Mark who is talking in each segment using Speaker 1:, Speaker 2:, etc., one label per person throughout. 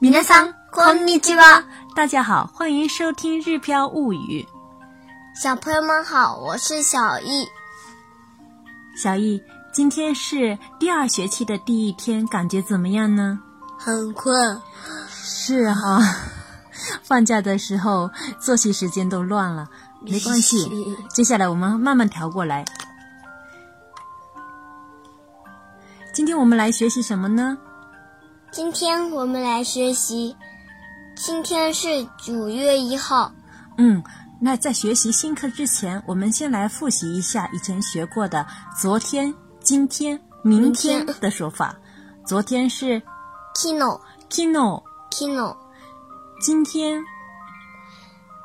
Speaker 1: 皆さんこんにちは，
Speaker 2: 大家好，欢迎收听《日飘物语
Speaker 1: 小朋友们好，我是小易。》。
Speaker 2: 小易，今天是第二学期的第一天，感觉怎么样呢？
Speaker 1: 很困，，
Speaker 2: 是哈、 放假的时候作息时间都乱了，没关系接下来我们慢慢调过来。今天我们来学习什么呢？
Speaker 1: 今天我们来学习。今天是九月一号，
Speaker 2: 嗯，那在学习新课之前，我们先来复习一下以前学过的昨天、今天、明天
Speaker 1: 明天
Speaker 2: 的说法。昨天是
Speaker 1: kino
Speaker 2: kino，
Speaker 1: kino
Speaker 2: 今天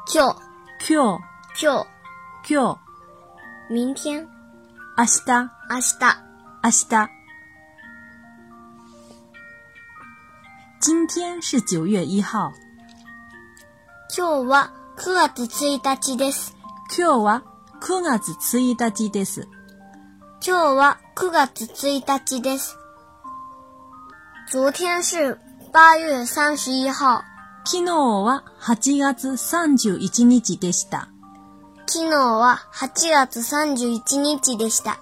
Speaker 1: 就
Speaker 2: kyo
Speaker 1: 就
Speaker 2: kyo，
Speaker 1: 明天
Speaker 2: 明日
Speaker 1: 明日
Speaker 2: 明日。今天是九月一号，
Speaker 1: 今日は9月1日です。
Speaker 2: 今日は9月1日です。
Speaker 1: 今日は9月1日です。昨天是8月31号，
Speaker 2: 昨日は8月31日でした。
Speaker 1: 昨日は8月31日でした。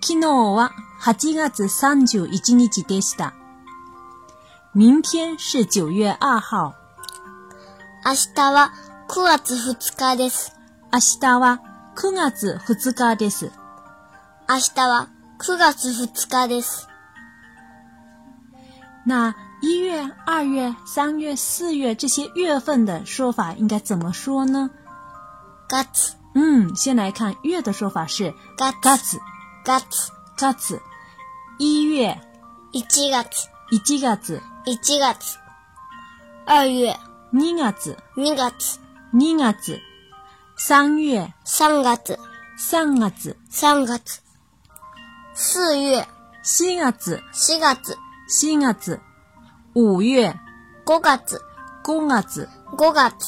Speaker 2: 昨日は8月31日でした。明天是9月2号。
Speaker 1: 明日は9月2日です。
Speaker 2: 明日は9月2日です。
Speaker 1: 明日は9月2日です。
Speaker 2: 那一月、二月、三月、四月这些月份的说法应该怎么说呢？
Speaker 1: 月、
Speaker 2: 嗯，先来看月的说法是
Speaker 1: 月、
Speaker 2: ガツ
Speaker 1: 月、
Speaker 2: ガツ。一月
Speaker 1: 1月、
Speaker 2: 1月、
Speaker 1: 1月、2月、
Speaker 2: 2月、
Speaker 1: 2月、
Speaker 2: 2月、3月、
Speaker 1: 3月、
Speaker 2: 3月、
Speaker 1: 3月、4月、
Speaker 2: 4月、
Speaker 1: 4月、
Speaker 2: 4月、
Speaker 1: 5
Speaker 2: 5月、
Speaker 1: 月、
Speaker 2: 5月、
Speaker 1: 5月、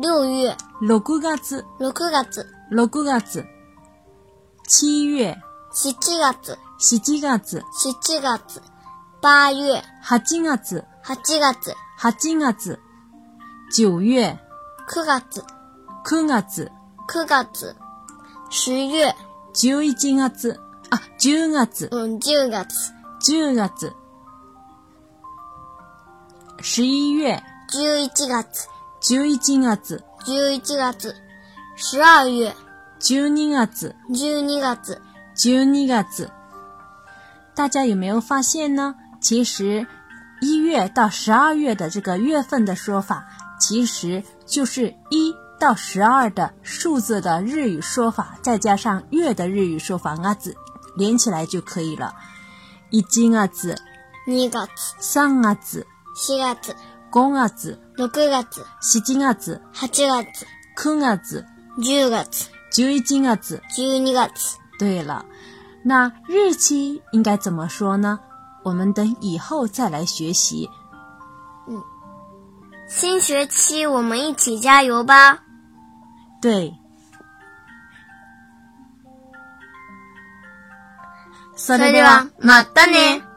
Speaker 1: 六月、
Speaker 2: 6月、
Speaker 1: 6月、
Speaker 2: 6月、7月、
Speaker 1: 7月、
Speaker 2: 7月、
Speaker 1: 7月、八月、
Speaker 2: 8月、
Speaker 1: 8月、
Speaker 2: 8月、9月、
Speaker 1: 9月、
Speaker 2: 9月、
Speaker 1: 9月、十月、
Speaker 2: 11月、あ、10月、
Speaker 1: うん、10月、
Speaker 2: 10月、11
Speaker 1: 11
Speaker 2: 月、
Speaker 1: 月、
Speaker 2: 11月、
Speaker 1: 11月、十二月、
Speaker 2: 12月、
Speaker 1: 12月、
Speaker 2: 12月。大家有没有发现呢？其实，一月到十二月的这个月份的说法，其实就是一到十二的数字的日语说法，再加上月的日语说法啊子连起来就可以了。一月子、
Speaker 1: 2月、
Speaker 2: 三月子、
Speaker 1: 4月、
Speaker 2: 五月子、
Speaker 1: 6月、
Speaker 2: 七月子、
Speaker 1: 8月、
Speaker 2: 九月子、
Speaker 1: 10月、
Speaker 2: 十一月子。
Speaker 1: 12月、
Speaker 2: 对了，那日期应该怎么说呢？我们等以后再来学习。
Speaker 1: 新学期我们一起加油吧。
Speaker 2: 对。そ
Speaker 1: それでは、またね。